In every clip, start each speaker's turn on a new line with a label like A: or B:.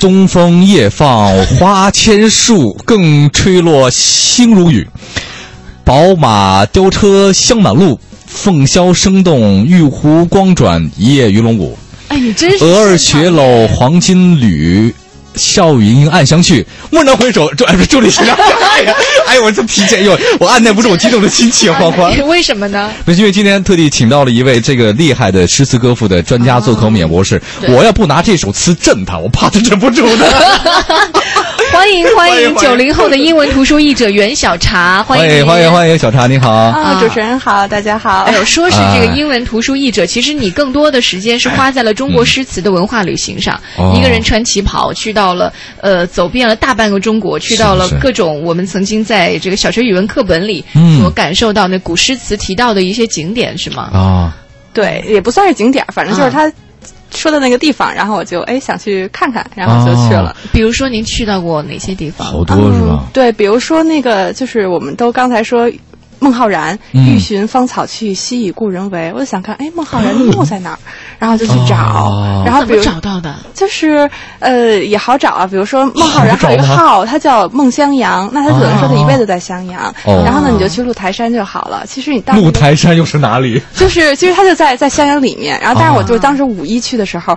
A: 东风夜放花千树，更吹落星如雨。宝马雕车香满路，凤箫声动玉壶光转，一夜鱼龙舞。
B: 哎，你真是
A: 蛾儿
B: 现
A: 雪
B: 场
A: 搂黄金缕，笑语盈盈暗相去。蓦然回首，这哎不是助理是哪？ 哎呀，哎呀，我这脾气，哎呦，我按耐不住我激动的心情，欢欢。
B: 为什么呢？
A: 那是因为今天特地请到了一位这个厉害的诗词歌赋的专家做客我们演播室，
B: 对
A: 我要不拿这首词震他，我怕他镇不住的。
B: 欢迎欢
A: 欢迎
B: 迎九零后的英文图书译者袁小茶，欢
A: 欢
B: 迎
A: 迎欢迎欢迎，小茶你好。
C: 啊，主持人好，大家好。
B: 哎呦，说是这
A: 啊
B: 个英文图书译者，其实你更多的时间是花在了中国诗词的文化旅行上。
A: 哦
B: 一个人穿旗袍去到了，呃，走遍了大半个中国，去到了
A: 是是
B: 各种我们曾经在这个小学语文课本里
A: 嗯
B: 所感受到那古诗词提到的一些景点，是吗？
A: 啊，
C: 对，也不算是景点儿，反正就是
B: 嗯
C: 他说的那个地方，然后我就哎想去看看，然后就去了。
B: 比如说您去到过哪些地方？
A: 好啊多是吧
C: 嗯？对，比如说那个，就是我们都刚才说。孟浩然“
A: 嗯
C: 欲寻芳草去，惜以故人为”，我就想看，哎，孟浩然的墓在 哪儿？然后就去找，
A: 哦
C: 然后
B: 怎
C: 比
B: 么
C: 如
B: 找到的？
C: 就是呃也好找啊，比如说孟浩然还有一 个
A: 好找
C: 号，他叫孟襄阳，那他只能说他
A: 哦
C: 一辈子在襄阳。
A: 哦
C: 然后呢，你就去鹿台山就好了。其实你到那
A: 鹿
C: 个
A: 台山又是哪里？
C: 就是其实他就在在襄阳里面，然后但是我
A: 啊
C: 就当时五一去的时候。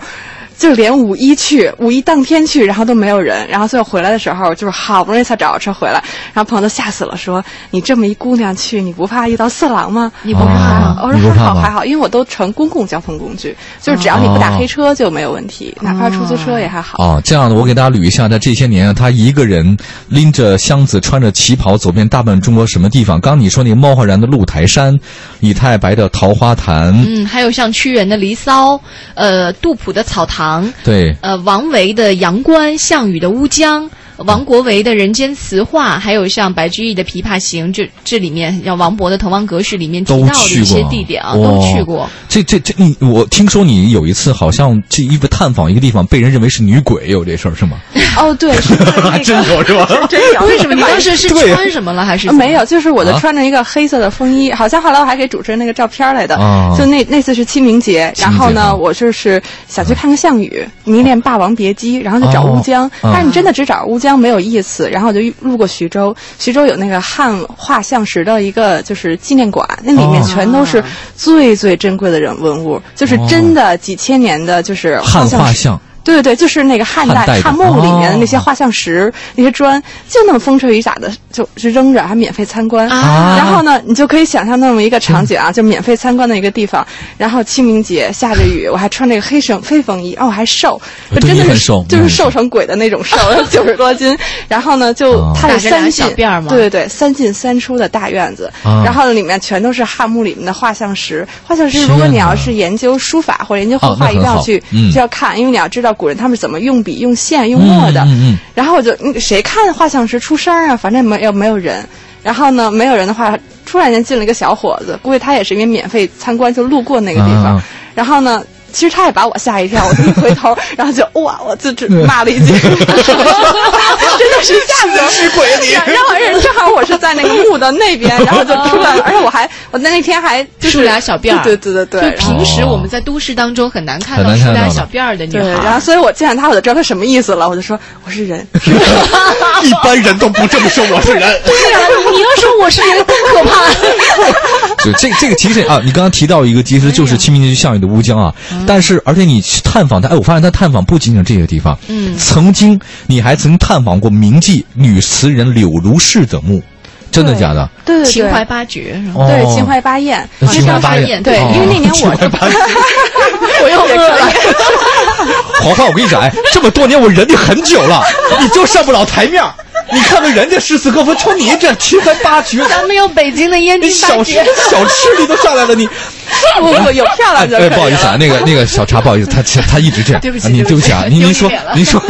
C: 就连五一去，五一当天去，然后都没有人，然后最后回来的时候，就是好不容易才找着车回来，然后朋友都吓死了，说你这么一姑娘去，你不怕遇到色狼吗？
B: 你不怕
A: 啊
B: 吗？
C: 我
A: 你不
C: 说还
A: 怕
C: 好
A: 吗
C: 还好，因为我都乘公共交通工具，就是只要你不打黑车就没有问
A: 哦
C: 题，哪怕出租车也还好。
A: 啊，这样的，我给大家捋一下，在这些年啊，他一个人拎着箱子，穿着旗袍，走遍大半中国什么地方？刚你说那个孟浩然的鹿台山，李太白的桃花潭，
B: 嗯，还有像屈原的《离骚》，呃，杜甫的《草堂》，
A: 对，
B: 呃，王维的《阳关》，项羽的《乌江》，王国维的《人间词话》，还有像白居易的《琵琶行》，这这里面像王勃的《滕王阁序》里面提
A: 都
B: 到的
A: 去过
B: 一些，地点啊，
A: 哇
B: 都去 过。。
A: 这这这，你我听说你有一次好像这一个探访一个地方，被人认为是女鬼，有这事儿是 吗？
C: 哦，对，是在 那个
A: 有啊是吧？
C: 真有
B: 为什么你当时是
A: 对
B: 穿什么了还是
C: 呃
B: 怎么
C: 没有，就是我就
A: 啊
C: 穿着一个黑色的风衣，好像后来我还给主持人那个照片来的。
A: 啊
C: 就那那次是清明节，
A: 清
C: 然
A: 明节
C: 后
A: 啊
C: 呢，我就是想去看看项羽，迷恋《霸王别姬》，然后就找
A: 哦
C: 乌江，
A: 嗯
C: 但是你真的只找乌江没有意思。然后我就路过徐州，徐州有那个汉画像石的一个就是纪念馆，那里面
A: 哦
C: 全都是
B: 啊
C: 最最珍贵的人文物，就是
A: 哦
C: 真的几千年的就是
A: 汉
C: 像
A: 画
C: 石
A: 像。
C: 对对对，就是那个汉
A: 汉代
C: 代
A: 的哦
C: 汉墓里面的那些画像石、那些砖，就那么风吹雨打的，就就扔着，还免费参观。
B: 啊
C: 然后呢，你就可以想象那么一个场景啊，就免费参观的一个地方。然后清明节下着雨，我还穿这个黑省黑风衣，哦，我还瘦，
A: 对
C: 就真
A: 你
C: 的是
A: 很瘦
C: 就
A: 你很
C: 是
A: 瘦
C: 瘦成鬼的那 种瘦，九十多斤。然后呢，就
A: 哦
C: 它有
B: 打着俩
C: 三
B: 小
C: 进
B: 辫儿吗
C: 对对对，三进三出的大院子，
A: 啊
C: 然后里面全都是汉墓里面的画像石。画像石，
A: 天
C: 如果你
A: 哪
C: 要是研究书法或者研究绘
A: 哦那
C: 画，一定
A: 很
C: 要
A: 好
C: 去
A: 嗯
C: 就要看，因为你要知道古人他们是怎么用笔、用线、用墨的。
A: 嗯嗯嗯
C: 然后我就嗯谁看画像石出声儿啊？反正没有没有人。然后呢，没有人的话，突然间进了一个小伙子，估计他也是因为免费参观就路过那个地方。
A: 啊
C: 然后呢，其实他也把我吓一跳，我就一回头，然后就哇，我就只骂了一句，真的是吓死我！是鬼你！然后而且正好我是在那个墓的那边，然后就出来了，而且我还我在那天还就是
B: 梳俩小辫儿？
C: 对对对对对，
B: 就
C: 然后
B: 平时
A: 哦
B: 我们在都市当中很难看
A: 很
B: 到
A: 难
B: 梳
A: 看
B: 俩
A: 到的
B: 小辫儿的女啊
C: 对，
B: 孩
C: 然后
B: 儿。
C: 所以我见他我就知道他什么意思了，我就说我是人，是人
A: 一般人都不这么说我是人。
B: 对呀，你要说我是人更可怕。
A: 就这这个其实啊，你刚刚提到一个，其实
C: 哎
A: 就是清明节去项羽的乌江啊。
C: 嗯
A: 但是而且你去探访他，哎，我发现他探访不仅仅这些地方，
B: 嗯
A: 曾经你还曾探访过名妓女词人柳如是的墓，真的假的？
C: 对对
B: 秦
C: 对
B: 淮。八绝是吗？
A: 哦
C: 对，秦淮八 艳，
A: 哦
C: 因为
A: 秦淮
C: 当时
A: 八
B: 艳
C: 对
B: 哦，
C: 因为那年
A: 秦
C: 我
A: 淮八艳
C: 我又饿 了，
A: 哎黄花，我跟你讲，哎，这么多年我忍你很久了，你就上不了台面儿。你看看人家诗词歌赋，瞅你这秦淮八 绝，
B: 咱们有北京的燕
A: 你
B: 京
A: 小
B: 八
A: 吃
B: 绝。
A: 小吃你都上来了，你。
C: 不不有漂亮就可以
A: 哎，
C: 了。
A: 不好意思啊，那个那个小茶，不 好意思，他他他一直这样。
B: 对不起
A: 啊您对不
B: 对不
A: 起
B: 起
A: 啊，您您
B: 丢
A: 说
B: 脸了
A: 您 说，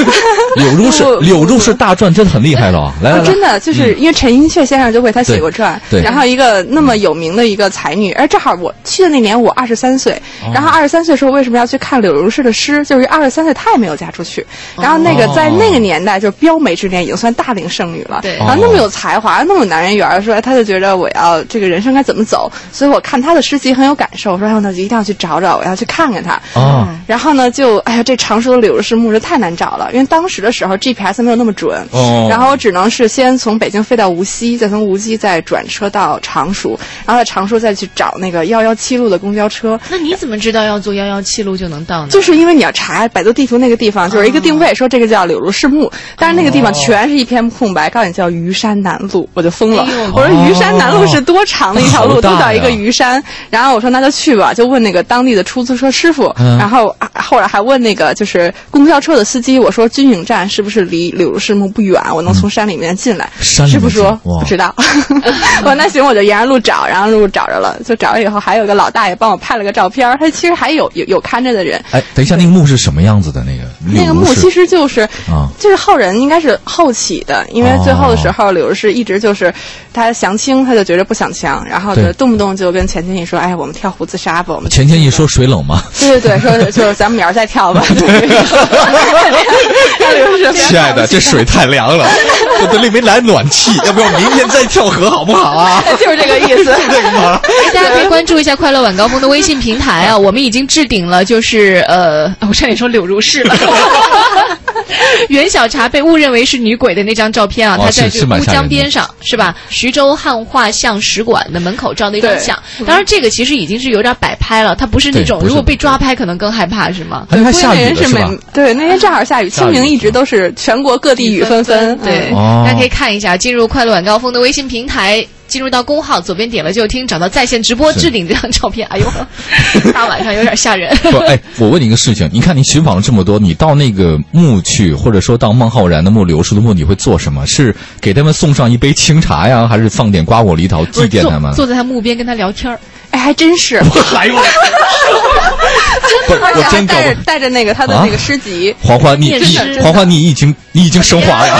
A: 柳如是
C: 不不不
A: 柳如是大传真的很厉害了啊，来来
C: 啊，
A: 来，
C: 真的就是因为陈寅恪先生就为他写过
A: 对
C: 传，
A: 对
C: 然后一个那么有名的一个才女，而正好我去的那年我二十三岁，
A: 哦
C: 然后二十三岁的时候为什么要去看柳如是的诗？就是二十三岁她也没有嫁出去，然后那个
A: 哦
C: 在那个年代就是标媒之年已经算大龄剩女了。
B: 对
C: 然后那么有才华，那么有男人缘，说哎他就觉得我要这个人生该怎么走，所以我看他的诗集很有感受，我说哎那我就一定要去找找，我要去看看他。
A: 啊，
C: 然后呢，就哎呀，这常熟的柳氏墓是太难找了，因为当时的时候 GPS 没有那么准，
A: 哦
C: 然后我只能是先从北京飞到无锡，再从无锡再转车到常熟，然后在常熟再去找那个幺幺七路的公交车。
B: 那你怎么知道要坐幺幺七路就能到呢？
C: 就是因为你要查百度地图那个地
A: 啊
C: 方，就是一个定位，说这个叫柳如市墓，但是那个
A: 哦
C: 地方全是一片空白，告诉你叫虞山南路，我就疯了
B: 哎呦。
C: 我说虞山南路是多长的一条
A: 哦好
C: 路，
A: 大
C: 都
A: 呀
C: 叫一个虞山。然后我说那就去吧，就问那个当地的出租车师傅，
A: 嗯
C: 然后啊后来还问那个就是公交车的司机，我说军营站是不是离柳如市墓不远，我能从山里面进来？
A: 山里
C: 师傅
A: 面进
C: 说
A: 哇
C: 不知道。 我说那行，我就沿着路找，然后路找着了，就找着以后还有个老大爷帮我拍了个照片儿，他其实还有有有看着的人，
A: 哎，等一下，那个墓是什么样子的？那个
C: 那个墓其
A: 实
C: 实就是
A: 啊，哦
C: 就是后人应该是后起的，因为最后的时候柳如是一直就是他降清，他就觉得不想降，然后
A: 对
C: 就动不动就跟钱谦益说：“哎，我们跳湖自杀吧。”我们
A: 前天一说水冷吗？
C: 对对对，说就是咱们明儿再跳吧。对柳如是非常
A: 亲爱的，这水太凉 了，我这里没来暖气，要不要明天再跳河好不好啊？
C: 就是这个意思。
A: 这个吗？
B: 大家可以关注一下快乐晚高峰的微信平台 啊，我们已经置顶了，就是呃， 我差点说柳如是 了。袁小茶被误认为是女鬼的那张照片啊，
A: 哦
B: 她在
A: 是
B: 这
A: 是
B: 个
A: 蛮
B: 乌
A: 吓人
B: 江
A: 的嗯
B: 边上是吧？徐州汉画像使馆的门口照的一张
C: 对
B: 相。当然，这个其实已经是有点摆拍了，它不是那
A: 对
B: 种
A: 不是
B: 如果被抓拍可能更害怕是吗？
A: 还
C: 对
A: 还
C: 估计
A: 下
C: 那
A: 雨
C: 人
A: 了
C: 是
A: 吧？
C: 没对，那天正好下雨，
A: 下雨
C: 清明一直都是全国各地雨纷纷。
B: 对，
C: 嗯
A: 哦
B: 大家可以看一下，进入快乐晚高峰的微信平台，进入到公号左边点了就听，找到在线直播
A: 是
B: 置顶这张照片。哎呦，大晚上有点吓 人。
A: 不，哎，我问你一个事情，你看你寻访了这么多，你到那个墓去，或者说到孟浩然的墓、柳树的墓，你会做什么？是给他们送上一杯清茶呀，还是放点瓜果梨桃祭奠他们？
B: 坐坐在他墓边跟他聊天 儿，
C: 哎，还真是，
A: 哎呦，不是，
C: 而且
A: 我
C: 还
A: 真搞
C: 带
A: 不
C: 着。带着那个他的那个
A: 啊
C: 诗集。
A: 黄欢，你
B: 面
A: 你
B: 试
A: 黄欢，你已经你已经升华 呀！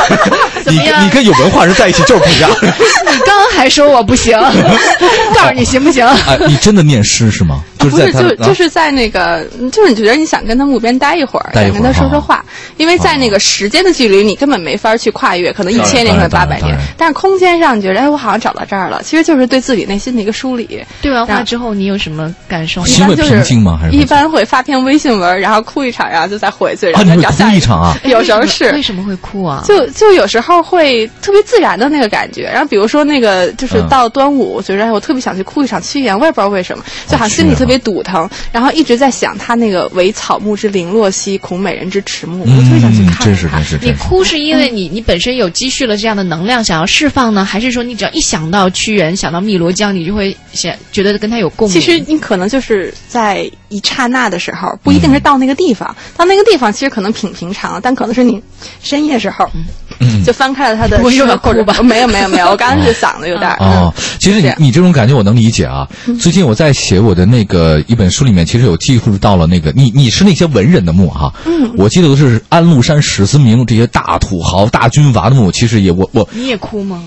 B: 怎
A: 你
B: 么 样
A: 你跟有文化人在一起就是不一样。
B: 你刚还说我不行， 告诉你行不行？
A: 哎，你真的念诗是吗？就是
C: 不
A: 在
C: 是，
A: 他
C: 就
A: 的啊
C: 就是在那个，就是你觉得你想跟他墓边待一会儿，
A: 待一
C: 想
A: 会儿哦
C: 跟他说说话，因为在那个时间的距离，你根本没法去跨越，可能一千年、
A: 当
C: 可
A: 然
C: 能八
A: 当然
C: 百
A: 当
C: 年
A: 然，
C: 但是空间上你觉得，哎，我好像找到这儿了，其实就是对自己内心的一个梳理。
B: 对完话
C: 然后
B: 之后，你有什么感 受？
A: 哦心
C: 一
A: 会
C: 般就是
A: 平静吗？还是
C: 一般会发篇微信文，然后哭一场，然后就再回去，然
A: 啊？
C: 后
A: 你会
C: 再找下
A: 哭一场啊？
C: 有什么
B: 为
C: 事？
B: 什么会哭啊？
C: 就就有时候会特别自然的那个感觉，然后比如说那个就是
A: 嗯
C: 到端午，我觉得哎，我特别想去哭一场屈
B: 啊
C: 原，我也不知道为什么，就好像心
A: 屈原
C: 里
A: 啊
C: 特别堵腾，然后一直在想他那个“惟草木之零落兮，恐美人之迟暮”，
B: 嗯
C: 我特别想去看看。
A: 嗯真是真是
B: 你
A: 真是。
B: 哭是因为你你本身有积蓄了这样的能量，想要释放呢，还是说你只要一想到屈原，想到汨罗江，你就会想觉得跟他有共鸣？
C: 其实你可能就是在一刹那的时候，不一定是到那个地
B: 嗯
C: 方，到那个地方其实可能挺平常，但可能是你深夜时候
A: 嗯
C: 就翻开了他的
B: 嗯不会
C: 诗
B: 又要
C: 或者
B: 哭吧
C: 没有没有没有，我刚刚是嗓子有点儿
A: 哦，其实
C: 这
A: 你
C: 样
A: 你这种感觉我能理解啊。最近我在写我的那个一本书里面，其实有记录到了那个你你是那些文人的墓哈、嗯，我记得都是安禄山、史思明这些大土豪、大军阀的墓，其实也我我，
B: 你也哭吗？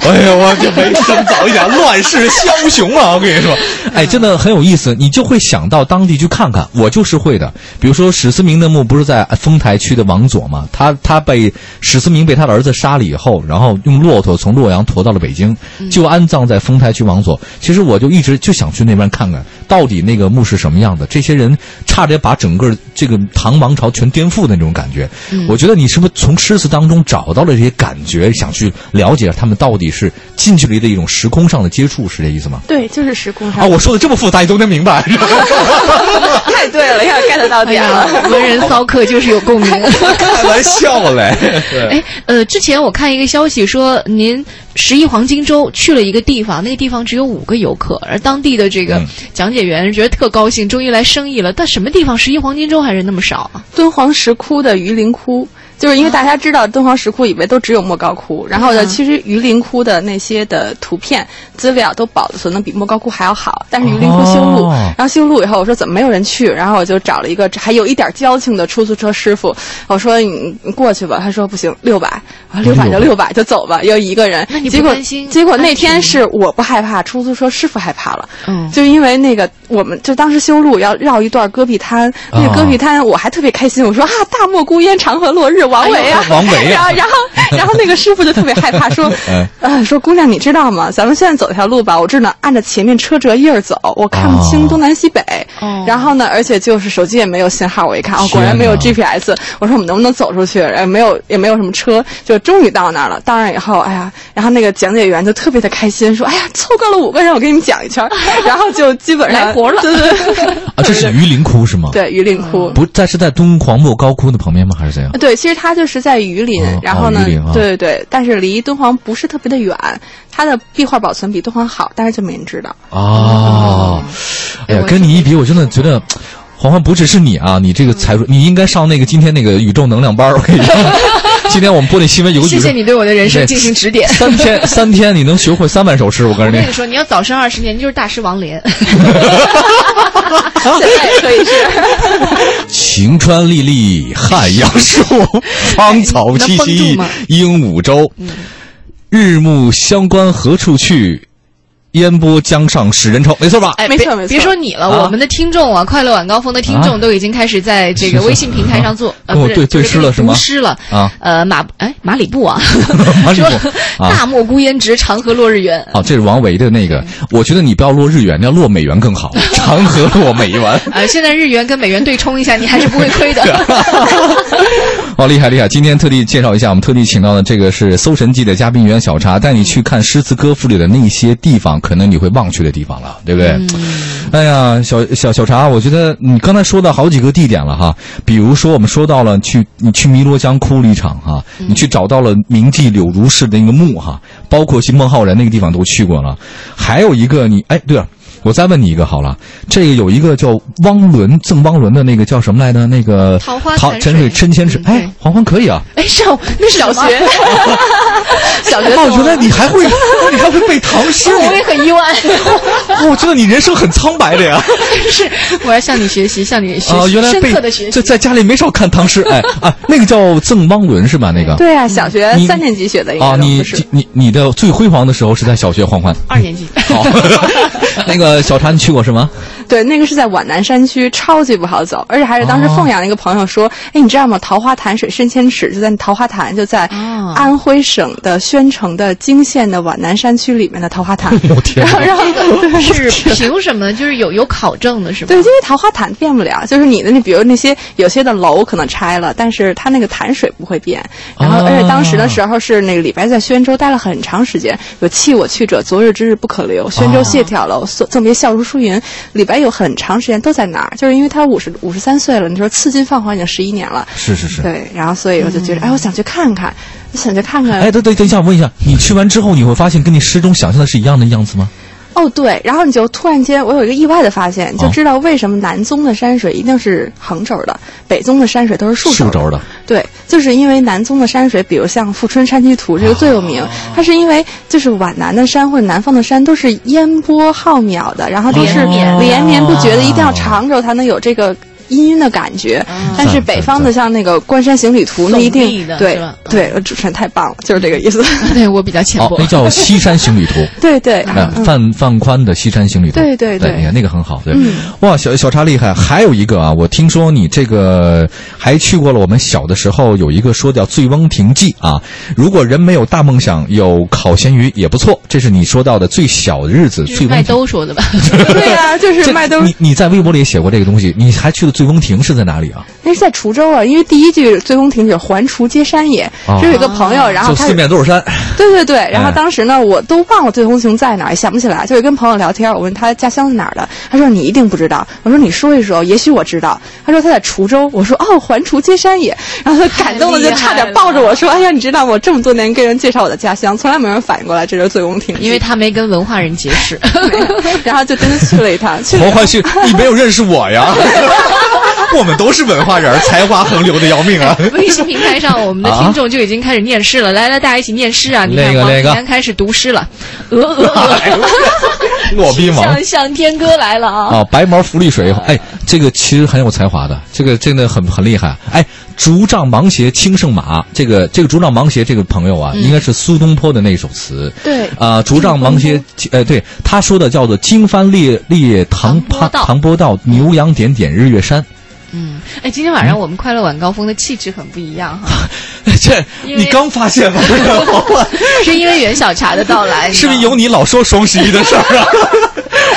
A: 哎呀，我就没这么早一点，乱世枭雄啊！我跟你说，哎，真的很有意思，你就会想到当地去看看。我就是会的，比如说史思明的墓不是在丰台区的王佐嘛，他他被史思明被他的儿子杀了以后，然后用骆驼从洛阳驮到了北京，就安葬在丰台区王佐。其实我就一直就想去那边看看，到底那个墓是什么样的。这些人差点把整个这个唐王朝全颠覆的那种感觉。我觉得你是不是从诗词当中找到了这些感觉，想去了解他们到底是近距离的一种时空上的接触，是这意思吗？
C: 对，就是时空上
B: 哦
A: 啊，我说的这么复杂，你都能明白。
C: 太对了，要 get 到
B: 哎
C: 点了。
B: 呀，文人骚客就是有共鸣。
A: 开玩笑嘞，
B: 哎，呃，之前我看一个消息说，您十一黄金周去了一个地方，那个地方只有五个游客，而当地的这个
A: 嗯
B: 讲解员觉得特高兴，终于来生意了。但什么地方十一黄金周还人那么少啊？
C: 敦煌石窟的榆林窟，就是因为大家知道敦煌石窟以为都只有莫高窟，然后呢，
B: 嗯
C: 其实榆林窟的那些的图片资料都保存的比莫高窟还要好，但是榆林窟修路，
A: 哦
C: 然后修路以后，我说怎么没有人去？然后我就找了一个还有一点交情的出租车师傅，我说你你过去吧，他说不行，六百，我说六百就六百就走吧，又一个人
B: 那你，不
C: 结果
B: 担心
C: 结果那
B: 安全
C: 天是我不害怕，出租车师傅害怕了，
B: 嗯
C: 就因为那个我们就当时啊修路要绕一段戈壁滩，那个戈壁滩我还特别开心，我说啊，大漠孤烟长河落日，王维啊，
A: 王维
C: 然
A: 啊
C: 后， 然后然后那个师傅就特别害怕，说
A: 嗯，
C: 呃，说姑娘，你知道吗？咱们现在走这条路吧，我只能按着前面车辙印儿走，我看不清
A: 哦
C: 东南西北。
B: 哦
C: 然后呢，而且就是手机也没有信号，我一
A: 啊
C: 看，哦，果然没有
A: 天
C: GPS。我说我们能不能走出去？哎，没有，也没有什么车，就终于到那儿了。到那儿以后，哎呀，然后那个讲解员就特别的开心，说，哎呀，凑够了五个人，我给你们讲一 圈儿。然后就基本上
B: 来活了
C: 对对对
A: 啊，这是榆林窟是吗？，
C: 对，榆林窟。呃
A: 不在是在敦煌莫高窟的旁边吗？还是怎样？
C: 对，其实它就是在榆林，
A: 哦
C: 然后呢，
A: 哦榆林啊
C: 对对对，但是离敦煌不是特别的远，它的壁画保存比敦煌好，但是就没人知道。
A: 啊哦，哎呀
B: 我，
A: 跟你一比，我真的觉得。黄欢不只是你啊，你这个才疏，你应该上那个今天那个宇宙能量班儿。我跟你说， 今天我们播那新闻有个宇宙
B: 谢谢你对我的人生进行指 点。
A: 三天三天你能学会三万首诗，我告诉
B: 我
A: 你
B: 跟。你说，你要早生二十年，你就是大师 王莲。
C: 现在也可以是。
A: 晴川历历汉阳 树，芳草萋
B: 哎能绷住
A: 萋
B: 吗嗯
A: 鹦鹉洲。日暮乡关何处去？烟波江上使人愁。没错吧？
B: 哎，
C: 没错
B: 别
C: 没错
B: 别说你了，
A: 啊
B: 我们的听众啊，快乐晚高峰的听众
A: 啊
B: 都已经开始在这
A: 是
B: 个
A: 是
B: 微信平台上做，呃，
A: 跟我
B: 不
A: 对
B: 是就是
A: 对诗了是吗
B: 读诗了
A: 啊
B: 呃，马哎马里布啊，
A: 马里布
B: 说
A: 啊
B: 大漠孤烟直，长河落日圆。
A: 好，啊这是王维的那个。我觉得你不要落日元，要落美元更好。长河落美元。
B: 呃，现在日元跟美元对冲一下，你还是不会亏的。
A: 哦，厉害厉害！今天特地介绍一下，我们特地请到的这个是《搜神记》的嘉宾袁小茶，带你去看诗词歌赋里的那些地方，可能你会忘却的地方了，对不对？哎呀，小小小茶，我觉得你刚才说到好几个地点了哈，比如说我们说到了去你去汨罗江哭了一场哈，
B: 嗯
A: 你去找到了铭记柳如是的那个墓哈，包括去孟浩然那个地方都去过了，还有一个你哎对了。我再问你一个好了，这个有一个叫汪伦赠汪伦的那个叫什么来着？那个
B: 桃花
A: 桃
B: 潭
A: 沉
B: 水
A: 水深千尺
B: 嗯，
A: 哎
B: 对，
A: 黄欢可以啊。
B: 哎，是啊，那是
C: 小
B: 什么
C: 学，小学
A: 哦，原来你还会，你还会背唐诗， 哦
B: 我也很意外，
A: 我觉得你人生很苍白的呀。
B: 是我要向你学习，向你学
A: 啊，
B: 习，
A: 原来
B: 深
A: 背
B: 刻的学习
A: 在。在家里没少看唐诗，哎啊，那个叫赠汪伦是吧？那个
C: 对啊，
B: 嗯
C: 小学
A: 你
C: 三年级学的应该
A: 啊，
C: 都
A: 你
C: 不是。
A: 你你的最辉煌的时候是在小学，欢欢。
B: 二年级，
A: 好，那个小茶你去过是吗？
C: 对，那个是在皖南山区，超级不好走，而且还是当时
A: 哦
C: 凤阳的一个朋友说，哎，你知道吗？桃花潭水深千尺，就在桃花潭，就在
B: 哦
C: 安徽省的宣城的泾县的皖南山区里面的桃花潭。
A: 我天
C: 然，后， 然后
B: 是凭什么？就是有有考证的是吗？
C: 对，因为桃花潭变不了，就是你的那，比如那些有些的楼可能拆了，但是它那个潭水不会变。然后，
A: 啊
C: 而且当时的时候是那个李白在宣州待了很长时间，有“弃我去者，昨日之日不可留”，宣
A: 哦
C: 州谢眺楼，送赠别笑如疏云。李白有很长时间都在那儿，就是因为他五十五十三岁了，你说赐金放还已经十一年了，
A: 是是是。
C: 对，然后所以我就觉得，哎，我想去看看，我想去看看。
A: 哎，对对，等一下，问一下，你去完之后，你会发现跟你诗中想象的是一样的样子吗？
C: 哦，对，然后你就突然间，我有一个意外的发现，就
A: 哦
C: 知道为什么南宗的山水一定是横轴的，北宗的山水都是竖
A: 竖
C: 轴
A: 轴的。
C: 对，就是因为南宗的山水，比如像《富春山居图》这个最有名，它是因为就是皖南的山或者南方的山都是烟波浩渺的，然后都是
A: 连绵的
C: 连绵不绝的，一定要长轴才能有这个。氤氲的感觉，
B: 啊
C: 但是
A: 赞
C: 北
A: 赞
C: 方的
A: 赞
C: 像那个《关山行旅图》，那一
B: 耸立
C: 定
B: 的
C: 对
B: 是吧
C: 对，呃主持人太棒了，就是这个意思。
B: 对我比较浅
A: 哦，
B: 薄
A: 那。叫《西山行旅图》。
C: 对对，
A: 啊，
C: 嗯
A: 范范宽的《西山行旅图》，
C: 对对对嗯
A: 你看那个很好，对，哇，小小茶厉害。还有一个啊，我听说你这个还去过了，我们小的时候有一个说叫《醉翁亭记》啊，如果人没有大梦想，有烤咸鱼也不错。这是你说到的最小的日子，
B: 就
A: 醉
B: 是麦
A: 翁亭。
B: 兜说的吧？
C: 对呀，就是
A: 这
C: 麦兜
A: 你你在微博里也写过这个东西，你还去了醉翁亭是在哪里啊？
C: 那是在滁州啊，因为第一句醉翁亭酒，还滁皆山也。
A: 哦
C: 这有一个朋友，然后
A: 就
C: 他
A: 四面都是 山，
C: 对对
B: 哎
C: 对，然后当时呢，我都忘了醉翁亭在哪儿，也想不起来，就是跟朋友聊天，我问他家乡是哪儿的，他说你一定不知道，我说你说一说，也许我知道。他说他在滁州，我说哦，还滁皆山也。 然后他感动的就差点抱着我说，哎呀，你知道吗我这么多年跟人介绍我的家乡，从来没有人反应过来这是醉翁亭记，
B: 因为他没跟文化人解释。
C: 然后就真的去了一趟，去了
A: 黄欢旭，你没有认识我 呀？我们都是文化人儿，才华横流的要命 啊！
B: 微信平台上，我们的听众就已经开始念诗了。来来，大家一起念诗啊！你看
A: 那，个
B: 王
A: 那
B: 平
A: 个
B: 安开始读诗了。呃鹅鹅鹅，
A: 哎骆宾王
B: 向向天歌来了啊！
A: 啊，白毛浮绿水，哎，这个其实很有才华的，这个真的很很厉害。哎，竹杖芒鞋轻胜马，这个这个竹杖芒鞋这个朋友啊，应该是苏东坡的那首词。
C: 对
A: 啊，竹杖芒鞋，呃，对，他说的叫做“经幡猎猎唐
B: 唐波
A: 潘
B: 道
A: 唐波道，牛羊点点日月山”。
B: 嗯，哎，今天晚上我们快乐晚高峰的气质很不一样 哈，
A: 这
B: 因
A: 你
B: 为
A: 刚发现吗？
B: 是因为袁小茶的到来，
A: 是不是
B: 你知道
A: 有
B: 吗？
A: 你老说双十一的事儿啊？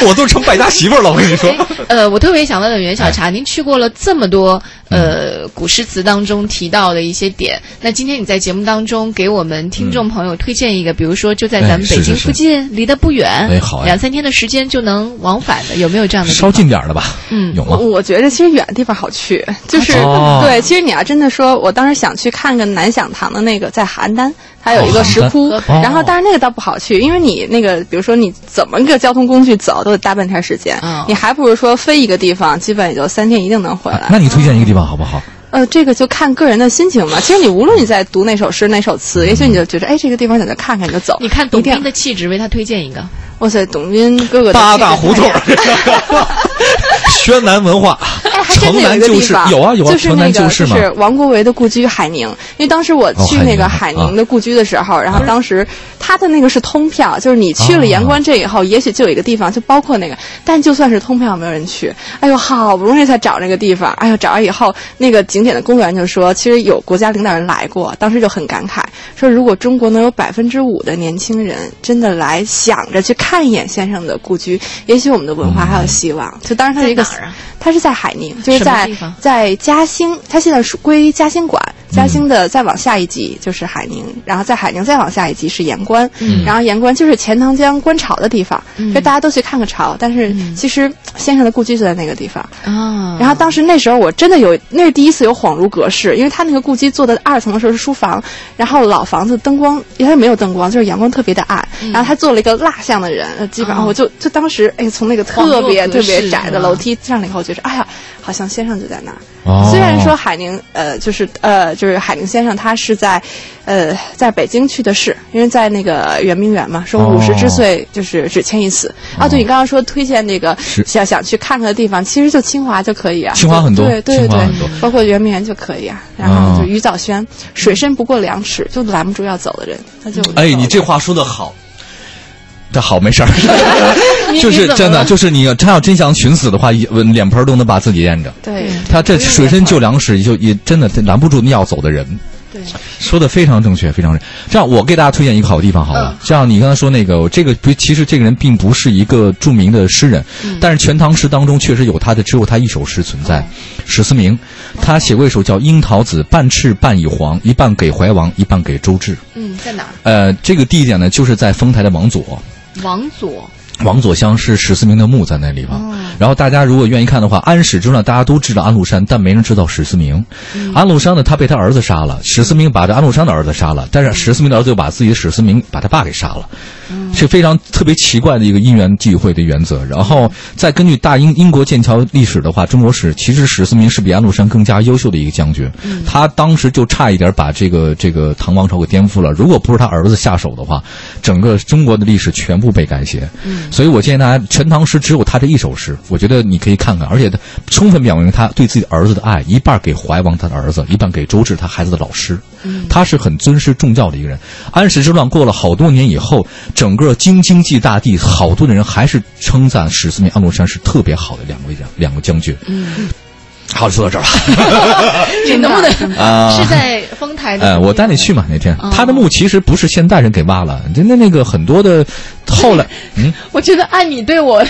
A: 我都成败家媳妇儿了，我跟你说。
B: 哎呃，我特别想问问袁小茶，您去过了这么多呃
A: 嗯
B: 古诗词当中提到的一些点，那今天你在节目当中给我们听众朋友推荐一个，比如说就在咱们
A: 嗯哎
B: 北
A: 是
B: 京
A: 是
B: 附近，离得不远，
A: 哎好哎
B: 两三天的时间就能往返的，有没有这样的地
A: 稍
B: 方？
A: 近点儿的吧，
B: 哎嗯
A: 有吗？
C: 我觉得其实远的地方好去，就是、
A: 哦
C: 对，其实你要啊真的说，我当时想去看个南响堂的那个在邯郸，它有一
A: 哦
C: 个石窟，
A: 邯郸哦
C: 然后但是那个倒不好去，因为你那个比如说你怎么个交通工具走都得大半天时间，
B: 嗯
C: 你还不如说飞一个地方，基本也就三天一定能回来。
A: 那你推荐一个地方好不好？
C: 呃，这个就看个人的心情嘛。其实你无论你在读哪首
A: 嗯
C: 诗、哪首词，也许你就觉得，哎，这个地方想去看看，你就走。
B: 你看董
C: 一定
B: 斌的气质，为他推荐一个。
C: 哇塞，董斌哥哥的
A: 八
C: 气质
A: 大胡
C: 太
A: 同
C: 厉害了
A: 儿，宣南文化，
C: 哎，还真
A: 城
C: 的有
A: 南
C: 一个
A: 旧
C: 地
A: 事
C: 方，
A: 有啊有啊，
C: 就是
A: 城
C: 那
A: 南
C: 个
A: 旧
C: 就
A: 事嘛。
C: 是王国维的故居海宁，因为当时我去
A: 海
C: 那
A: 宁
C: 个
A: 啊
C: 海
A: 啊
C: 宁的故居的时候，然后当时他的那个是通票，就是你去
A: 哦
C: 了盐官这以后，也许就有一个地方就包括那个，但就算是通票没有人去，哎呦，好不容易才找那个地方，哎呦，找着以后，那个景点的公务员就说，其实有国家领导人来过，当时就很感慨，说如果中国能有百分之五的年轻人真的来想着去看一眼先生的故居，也许我们的文化还有希望。就当时它是一个
B: 在哪儿啊
C: 它是在海宁，就
B: 什
C: 是
B: 么
C: 在
B: 地方
C: 在嘉兴，它现在属归嘉兴管。嘉兴的再往下一级就是海宁，然后在海宁再往下一级是盐官，
B: 嗯
C: 然后盐官就是钱塘江观潮的地方，
B: 嗯
C: 所以大家都去看个潮。但是其实先生的故居就在那个地方。
B: 啊
C: 然后当时那时候我真的有，那是第一次有恍如隔世，因为他那个故居做的二层的时候是书房，然后老房子灯光因为它没有灯光，就是阳光特别的暗，然后他做了一个蜡像的人，呃基本
B: 嗯
C: 上
B: 哦
C: 我就就当时哎从那个
B: 恍若
C: 特别
B: 隔
C: 特别
B: 世
C: 窄
B: 是
C: 的
B: 吧
C: 楼梯上来以后，觉得哎呀，好像先生就在那儿。
A: 哦
C: 虽然说海宁呃就是呃就是海宁先生他是在呃在北京去的世，因为在那个圆明园嘛，说
A: 哦
C: 五十之岁就是只欠一死。啊，对你刚刚说推荐那个
A: 是
C: 想想去看看的地方，其实就清华就可以啊。
A: 清华很多
C: 对对对
A: 清华
C: 对
A: 很多，哦
C: 包括圆明园就可以啊。然后就鱼藻轩，水深不过两尺，就拦不住要走的人，他就
A: 哎，你这话说的好，这好 没事儿，就是真的，就是你他要真想寻死的话，一脸盆儿都能把自己淹着。
C: 对
A: 他这水深就两尺，就也真的拦不住那要走的人。
C: 对
A: 说的非常正确，非常正确。这样，我给大家推荐一个好地方好了。这样，你刚才说那个，这个不，其实这个人并不是一个著名的诗人，但是《全唐诗》当中确实有他的，只有他一首诗存在。史思明，他写过一首叫《樱桃子》，半赤半已黄，一半给怀王，一半给周至。
B: 嗯，在哪儿？
A: 呃，这个地点呢，就是在丰台的王佐。
B: 王佐。
A: 王佐乡是史思明的墓在那地方，然后大家如果愿意看的话，安史之乱大家都知道安禄山，但没人知道史思明。安禄山呢，他被他儿子杀了，史思明把这安禄山的儿子杀了，但是史思明的儿子又把自己的史思明把他爸给杀了，是非常特别奇怪的一个因缘际会的原则。然后再根据大英英国剑桥历史的话，中国史其实史思明是比安禄山更加优秀的一个将军，他当时就差一点把这个这个唐王朝给颠覆了。如果不是他儿子下手的话，整个中国的历史全部被改写。所以我建议大家，《全唐诗》只有他这一首诗，我觉得你可以看看，而且他充分表明他对自己儿子的爱，一半给怀王他的儿子，一半给周至他孩子的老师。他是很尊师重教的一个人。安史之乱过了好多年以后，整个京津冀大地，好多的人还是称赞史思明、安禄山是特别好的两位将两个将军。嗯，好，就说到这儿吧。
B: 你能不能
A: 啊哦
B: 是在丰台的？
A: 呃，我带你去嘛那天，他的墓其实不是现代人给挖了，真的那个很多的后 来，嗯，
B: 我觉得按你对我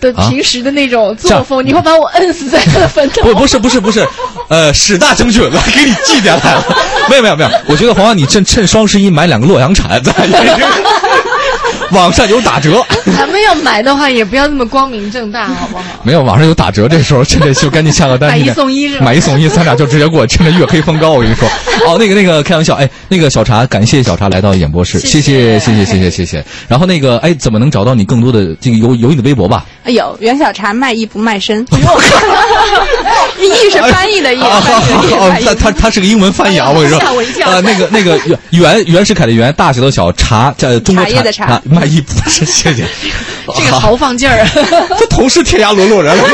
B: 的
A: 啊
B: 平时的那种
A: 这
B: 作
A: 样
B: 风，你会把我摁死在他的坟头。
A: 不，不是，不是，不是，呃，史大将军来给你祭奠来了。没有，没有，没有。我觉得黄黄，你趁趁双十一买两个洛阳铲，咱 网上有打折。
B: 咱们要买的话，也不要那么光明正大，好不好？
A: 没有，网上有打折， 这时候真的就赶紧下个单。
B: 买一
A: 你得
B: 送一是吧
A: 买一送一，咱俩就直接过，真的月黑风高。我 跟你说，哦，那个那个，开玩笑，哎，那个小茶，感谢小茶来到演播室，
B: 谢
A: 谢
B: 谢
A: 谢谢谢谢谢谢谢。然后那个，哎，怎么能找到你更多的这个有有你的微博吧？
C: 哎呦，袁小茶卖艺不 卖身， 艺是翻译的艺，
A: 啊，好
C: 翻译
A: 好
C: 的艺
A: 好，
C: 翻译
A: 他他他是个英文翻译啊，我跟你说，
B: 吓哎我一跳
A: 啊，那个那个袁袁世凯的袁，大写的小茶，叫中国
C: 茶叶的茶
A: 啊卖艺不 是谢谢，
B: 这个豪放劲儿。啊
A: 这同是天涯沦落人了。